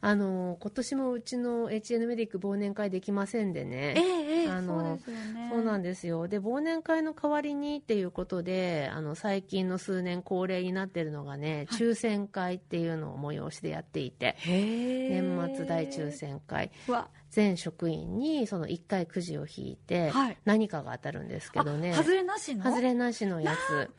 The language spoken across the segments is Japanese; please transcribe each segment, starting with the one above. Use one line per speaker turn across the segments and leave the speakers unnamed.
あの今年もうちの HN メディック忘年会できませんで
え
ね、
えええ
あ
そう
の
ですよね。
そうなんんですよで忘年会の代わりにっていうことであの最近の数年恒例になってるのがね、
はい
抽選会っていうのを催しでやっていて年末大抽選会
は、
全職員にその1回くじを引いて
はい
何かが当たるんですけどね、
あ外れなしの
外れなしのやつ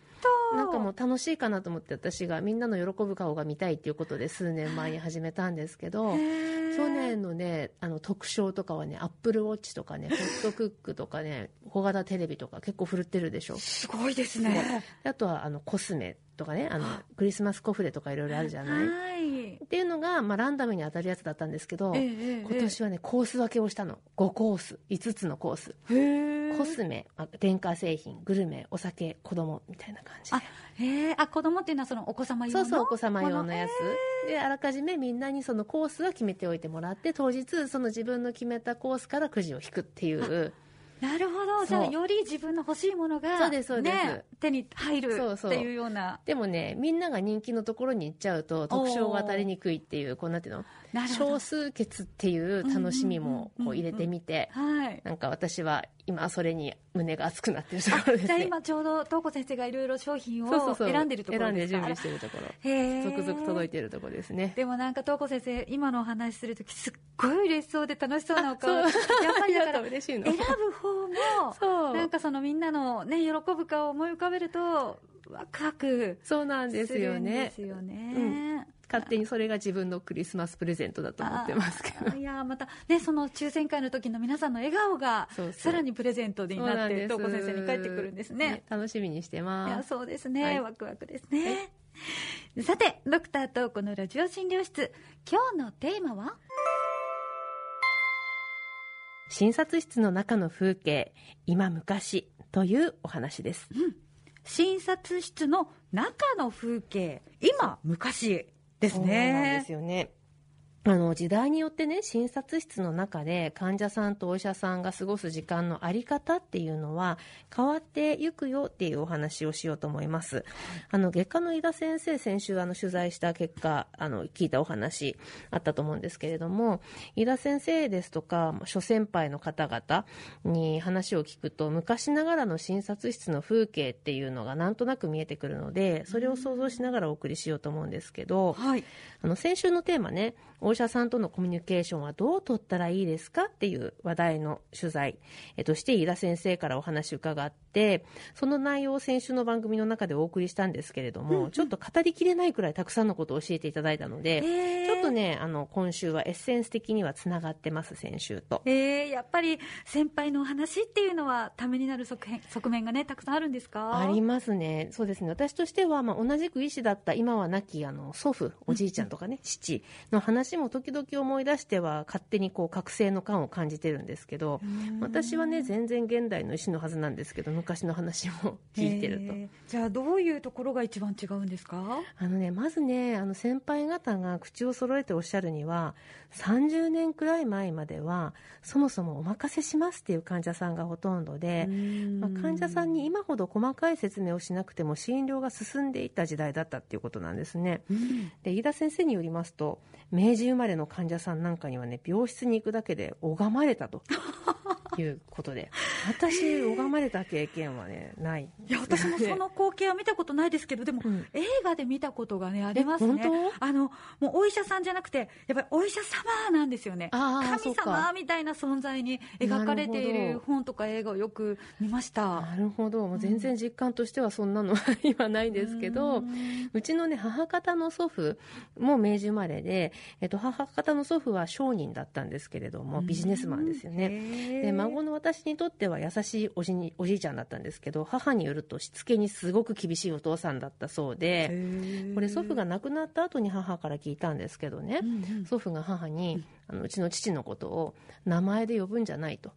と
なんかもう楽しいかなと思って私がみんなの喜ぶ顔が見たいっていうことで数年前に始めたんですけど
へー
去年のねあの特賞とかはねアップルウォッチとかねホットクックとかね小型テレビとか結構振るってるでしょ
すごいですね。
あとはあのコスメとかねあのクリスマスコフレとかいろいろあるじゃない、っ
はい。
ていうのが、まあ、ランダムに当たるやつだったんですけど、
ええ
今年はねコース分けをしたの5コース5つのコース
ええへー
コスメあ電化製品グルメお酒子供みたいな感じで
あへえあ子供っていうのはそのお子様用
そ
の
うそうお子様用
も
のやつであらかじめみんなにそのコースは決めておいてもらって当日その自分の決めたコースからくじを引くっていう
なるほどじゃあ
そう
より自分の欲しいものが
そうですそうです
ね、手に入る
そう
って
そう
いうような
でもねみんなが人気のところに行っちゃうと特賞が当たりにくいっていうこうなんていうの
なるほ
少
ど
数決っていう楽しみもこう入れてみて
はい
なんか私は今それに胸が熱くなってるところです
じゃあ
ね
今ちょうど東子先生がいろいろ商品
そうそう
を
そう
選んでるところですか
選んで準備してるところ
へ
続々届い
て
てるところですね
でもなんか東子先生今のお話しするときすっごい嬉しそうで楽しそうなお顔やっぱりだから
ありがとう嬉しいの
選ぶ方も
そう
なんかそのみんなのね喜ぶ顔を思い浮かべるとワクワク
そうなんですす
る
よ
んで
ね
すよね。
勝手にそれが自分のクリスマスプレゼントだと思ってますけど
あいやーまたねその抽選会の時の皆さんの笑顔が
そうそう
さらにプレゼントに
そう
な
な
っ
ん
て
です
東子先生に返ってくるんですね。
楽しみにして
い
ま
や
す
そうですね、
はい
ワクワクですね。さてドクターとこのラジオ診療室今日のテーマは
診察室の中の風景今昔というお話です
診察室の中の風景今昔です
そうなんで
ね
す。よねあの時代によってね診察室の中で患者さんとお医者さんが過ごす時間のあり方っていうのは変わってゆくよっていうお話をしようと思いますあの外科の井田先生先週あの取材した結果あの聞いたお話あったと思うんですけれども井田先生ですとかまあ諸先輩の方々に話を聞くと昔ながらの診察室の風景っていうのがなんとなく見えてくるのでそれを想像しながらお送りしようと思うんですけど、
はい、
あの先週のテーマねお医者さんとのコミュニケーションはどう取ったらいいですかっていう話題の取材、えっと、して飯田先生からお話伺ってその内容を先週の番組の中でお送りしたんですけれども、ちょっと語りきれないくらいたくさんのことを教えていただいたので、
ち
ちょっとねあの今週はエッセンス的にはつながってます先週と。
えー、やっぱり先輩のお話っていうのはためになる側面側面がねたくさんあるんですか
ありますね。そうですね。私としては、まあ、同じく医師だった今は亡き、あの、祖父、おじいちゃんとかね、父の話も時々思い出しては、勝手にこう、覚醒の感を感じてるんですけど、私はね、全然現代の医師のはずなんですけど、昔の話も聞いてると
え。ーじゃあどういうところが一番違うんですか
あのね、まずね、あの先輩方が口を揃えておっしゃるには、30年くらい前までは、そもそもお任せしますっていう患者さんがほとんどで、まあ患者さんに今ほど細かい説明をしなくても診療が進んでいった時代だったっていうことなんですね。で飯田先生によりますと明治生まれの患者さんなんかにはね病室に行くだけで拝まれたということ で私拝まれた経験はねない
いや私もその光景は見たことないですけどでも、
うん
映画で見たことがねありますね
え本
あのもうお医者さんじゃなくてやっぱりお医者様なんですよね
あーそ
神
うか
様みたいな存在に描かれて
な
い
る
る
ほど
本とか映画をよく見ました
なるほどもう全然実感としてはそんなのは今ないんですけど、
うん
うちのね、母方の祖父も明治生まれで、えっと、母方の祖父は商人だったんですけれども、ビジネスマンですよね。
へー
で孫の私にとっては優しいおじにおじいちゃんだったんですけど母によるとしつけにすごく厳しいお父さんだったそう
へ
で
ー
これ祖父が亡くなった後に母から聞いたんですけどね
うんうん
祖父が母にあのうちの父のことを名前で呼ぶんじゃないと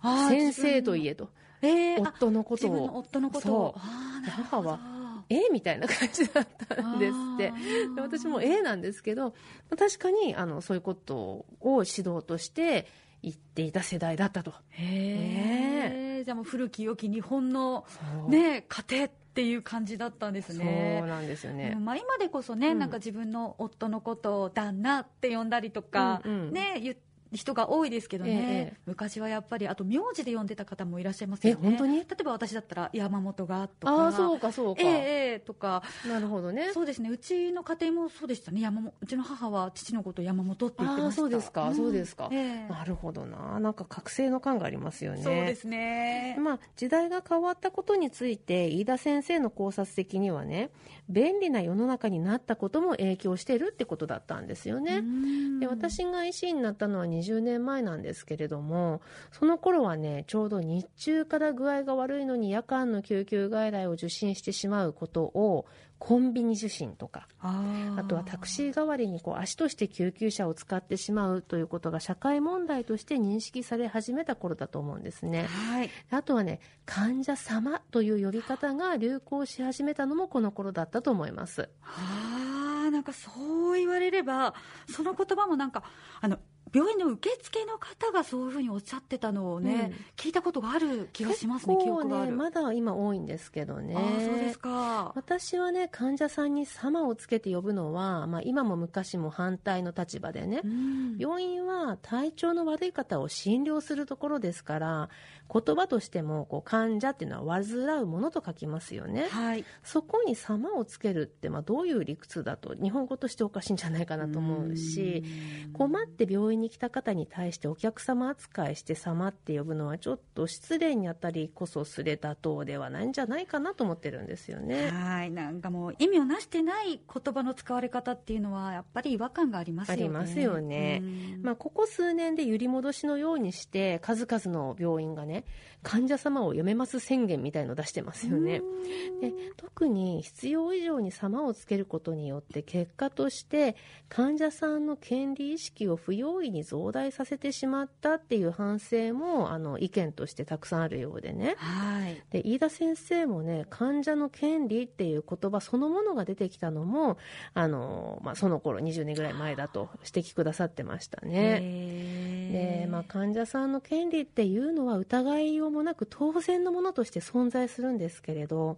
あー
先生と言えと
えーあ
夫のこ
自
と
分の
を
夫のこと
そ
を
う
あー
で
なるほど
母はえみたいな感じだったんですって
あー
で私もええなんですけど確かにあのそういうことを指導として言っていた世代だったと。
へえじゃあもう古き良き日本の
そう
ね家庭っっていう感じだったんです
そう
ね。
なんですよね
う。んまあ、今でこそね、
うん
なんか自分の夫のことを旦那って呼んだりとか、
うんうん
ね言う人が多いですけど
え
ね、
え
昔はやっぱりあと名字で呼んでた方もいらっしゃいますよね
え本当に
例えば私だったら山本がとか
ああ、そうか、そうか。
ええええとか
なるほどね。
そうですねうちの家庭もそうでしたね山本うちの母は父のことを山本って言ってました
あーそうですかそうですか
ええ
なるほどな。なんか覚醒の感がありますよね。
そうですね、
まあ、時代が変わったことについて飯田先生の考察的にはね便利な世の中になったことも影響してるってことだったんですよね。
うん
で私が医師になったのは20年前なんですけれどもその頃はねちょうど日中から具合が悪いのに夜間の救急外来を受診してしまうことをコンビニ受診とか
あ
あとはタクシー代わりにこう足として救急車を使ってしまうということが社会問題として認識され始めた頃だと思うんですね
ー。はい
あとはね、患者様という呼び方が流行し始めたのもこの頃だったと思います。
あーなんかそう言われればその言葉もなんかあの病院の受付の方がそういうふうにおっしゃってたのをね、
うん
聞いたことがある気がしますね記
結構
憶がある、
まだ今多いんですけどね。
あーそうですか、
私はね、患者さんに様をつけて呼ぶのは、まあ今も昔も反対の立場でね
う、ん
病院は体調の悪い方を診療するところですから、言葉としてもこう患者っていうのは患うものと書きますよね。
はい
そこに様をつけるって、まあどういう理屈だと、日本語としておかしいんじゃないかなと思うし、
うん
困って病院に来た方に対してお客様扱いして様って呼ぶのはちょっと失礼にあたりこそすれ妥当ではないんじゃないかなと思ってるんですよね。
はいなんかもう意味をなしてない言葉の使われ方っていうのはやっぱり違和感がありますよね
ありますよね
うん
まあ、ここ数年で揺り戻しのようにして数々の病院がね患者様を読めます宣言みたいの出してますよね。
うん
で特に必要以上に様をつけることによって結果として患者さんの権利意識を不用意に増大させてしまったっていう反省もあの意見としてたくさんあるようでね。
はい
で飯田先生もね患者の権利っていう言葉そのものが出てきたのもあの、まあ、その頃20年ぐらい前だと指摘くださってましたね。
へ
で
ー
まあ、患者さんの権利っていうのは疑いようもなく当然のものとして存在するんですけれど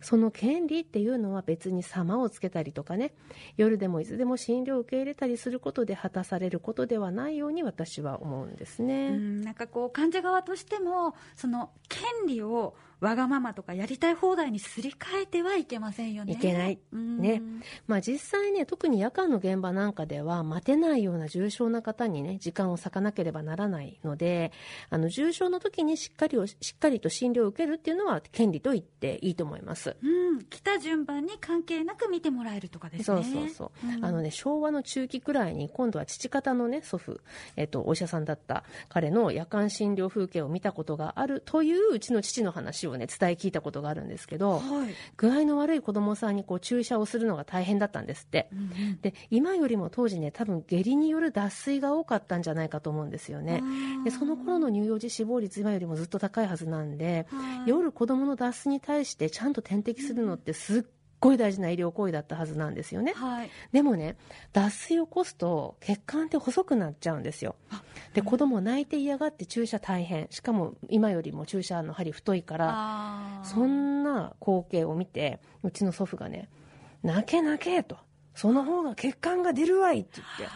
その権利っていうのは別に様をつけたりとかね夜でもいつでも診療を受け入れたりすることで果たされることではないように私は思うんですね。
うん、なんかこう患者側としてもその権利をわがままとかやりたい放題にすり替えてはいけませんよね。
いけない
うん
ねまあ、実際ね特に夜間の現場なんかでは待てないような重症な方にね時間を割かなければならないのであの重症の時にしっかりをしっかりと診療を受けるっていうのは権利と言っていいと思います。
うん、来た順番に関係なく見てもらえるとかです
そ
ね。
うそうそう
うん
あのね、昭和の中期くらいに今度は父方のね祖父、えっと、お医者さんだった彼の夜間診療風景を見たことがあるといううちの父の話をね伝え聞いたことがあるんですけど
はい。
具合の悪い子供さんにこう注射をするのが大変だったんですって
うんうん
で今よりも当時ね多分下痢による脱水が多かったんじゃないかと思うんですよねでその頃の乳幼児死亡率今よりもずっと高いはずなんで、
はい
夜子どもの脱水に対してちゃんと点滴するのってすっごい大事な医療行為だったはずなんですよね
はい。
でもね脱水を起こすと血管って細くなっちゃうんですよ
あ
で子供泣いて嫌がって注射大変しかも今よりも注射の針太いから
あー
そんな光景を見て、うちの祖父がね、泣け泣けと、その方が血管が出るわいって言っ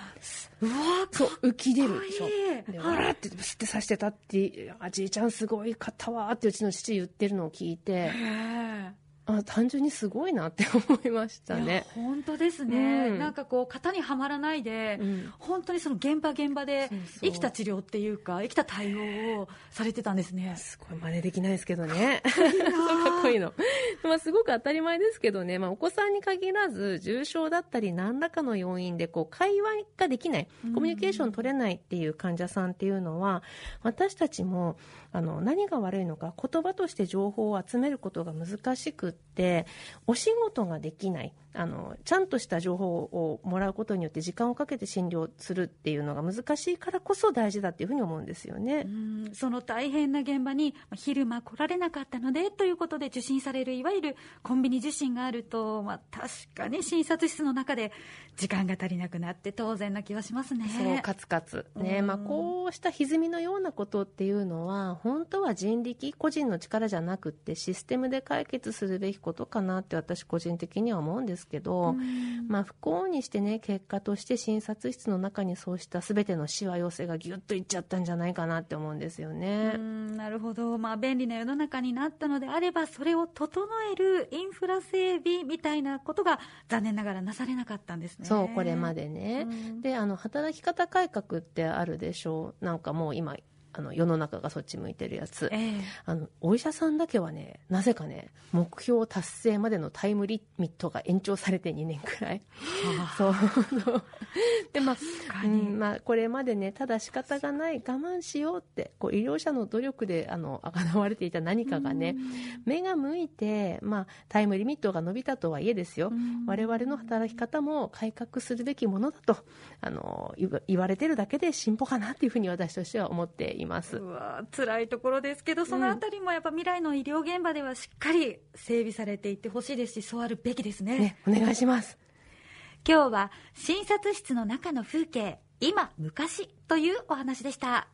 て、
うわ
そう、浮き出るでしょ。
ー
で、
か
わ
っこいい。
らってブスって刺してたって、あ、じいちゃんすごい方わーってうちの父言ってるのを聞いて、
へ
あ、単純にすごいなって思いました
ーいや
ね。
本当ですね、
うん
なんかこう型にはまらないで、
うん
本当にその現場現場
そう
で
そう
生きた治療っていうか生きた対応をされてたんです ね。
すごい真似できないですけどね。かっこいいの。まあ、すごく当たり前ですけどね、まあ、お子さんに限らず、重症だったり、何らかの要因で、こう、会話ができない、コミュニケーション取れないっていう患者さんっていうのは、私たちも、あの、何が悪いのか、言葉として情報を集めることが難しくって、お仕事ができない。あのちゃんとした情報をもらうことによって時間をかけて診療するっていうのが難しいからこそ大事だっていうふうに思うんですよね
う。んその大変な現場にまあ昼間来られなかったのでということで受診されるいわゆるコンビニ受診があると、まあ、確かに診察室の中で時間が足りなくなって当然な気はしますね。
そうカツカツ、ね
うん
まあ、こうした歪みのようなことっていうのは本当は人力個人の力じゃなくってシステムで解決するべきことかなって私個人的には思うんですけど、
うん
まあ、不幸にしてね結果として診察室の中にそうした全てのしわ寄せがぎゅっといっちゃったんじゃないかなって思うんですよね。
うんなるほど、まあ、便利な世の中になったのであれば、それを整えるインフラ整備みたいなことが残念ながらなされなかったんですね。
そうこれま
で、
でね、であの働き方改革ってあるでしょうなんかもう今あの世の中がそっち向いてるやつ
ええ
あのお医者さんだけはねなぜかね目標達成までのタイムリミットが延長されて2年くらいそう でまあ
確か
う
に
んまあ、これまでねただ仕方がない我慢しようってこう医療者の努力であの行われていた何かがね目が向いて、まあ、タイムリミットが伸びたとはいえですよ
うん
我々の働き方も改革するべきものだとあの言わ言われてるだけで進歩かなっていうふうに私としては思っています。
うわー辛いところですけど、そのあたりもやっぱ未来の医療現場ではしっかり整備されていってほしいですし、そうあるべきですね。
ね、お願いします。
今日は診察室の中の風景、今、昔というお話でした。